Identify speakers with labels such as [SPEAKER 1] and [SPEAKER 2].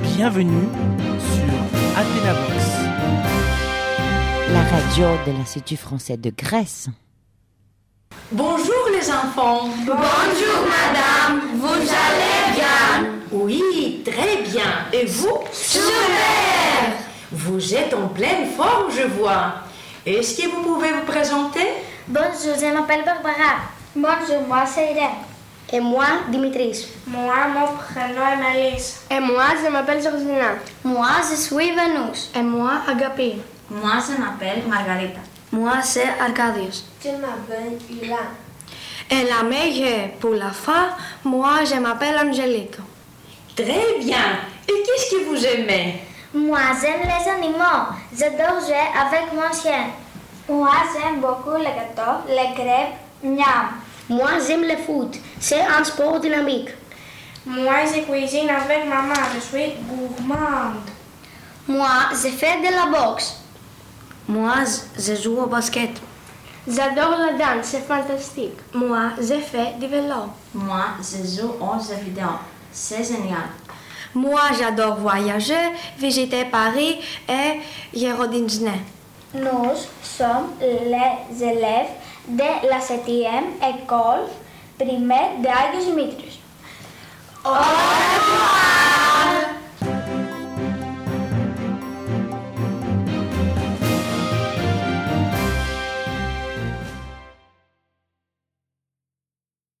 [SPEAKER 1] bienvenue sur Athénabox.
[SPEAKER 2] La radio de l'Institut français de Grèce.
[SPEAKER 3] Bonjour les enfants. Bonjour madame. Vous allez bien Oui, très bien. Et vous Super Vous êtes en pleine forme, je vois. Est-ce que vous pouvez vous présenter
[SPEAKER 4] Bonjour, je m'appelle Barbara. Bonjour, moi c'est Irène.
[SPEAKER 5] Et moi, Dimitris.
[SPEAKER 6] Moi, mon prénom est Malice.
[SPEAKER 7] Et moi, je m'appelle Georgina.
[SPEAKER 8] Moi, je suis Vanus.
[SPEAKER 9] Et moi, Agapé.
[SPEAKER 10] Moi, je m'appelle Margarita.
[SPEAKER 11] Moi, c'est Arcadius.
[SPEAKER 12] Je m'appelle Ilan.
[SPEAKER 13] Et la meilleure pour la fin, moi, je m'appelle Angélique.
[SPEAKER 3] Très bien. Et qu'est-ce que vous aimez
[SPEAKER 4] Moi, j'aime les animaux. J'adore jouer avec mon chien.
[SPEAKER 6] Moi, j'aime beaucoup les gâteaux, les crêpes, miam.
[SPEAKER 5] Moi, j'aime le foot. C'est un sport dynamique.
[SPEAKER 6] Moi, je cuisine avec maman. Je suis gourmande.
[SPEAKER 8] Moi, je fais de la boxe.
[SPEAKER 11] Moi, je joue au basket.
[SPEAKER 7] J'adore la danse, c'est fantastique.
[SPEAKER 11] Moi, je fais du vélo.
[SPEAKER 10] Moi, je joue aux jeux vidéo. C'est génial.
[SPEAKER 7] Moi, j'adore voyager, visiter Paris et Gérodingner.
[SPEAKER 4] Nous sommes les élèves de la 7e école primaire d'Agios Mitris.
[SPEAKER 3] Au revoir!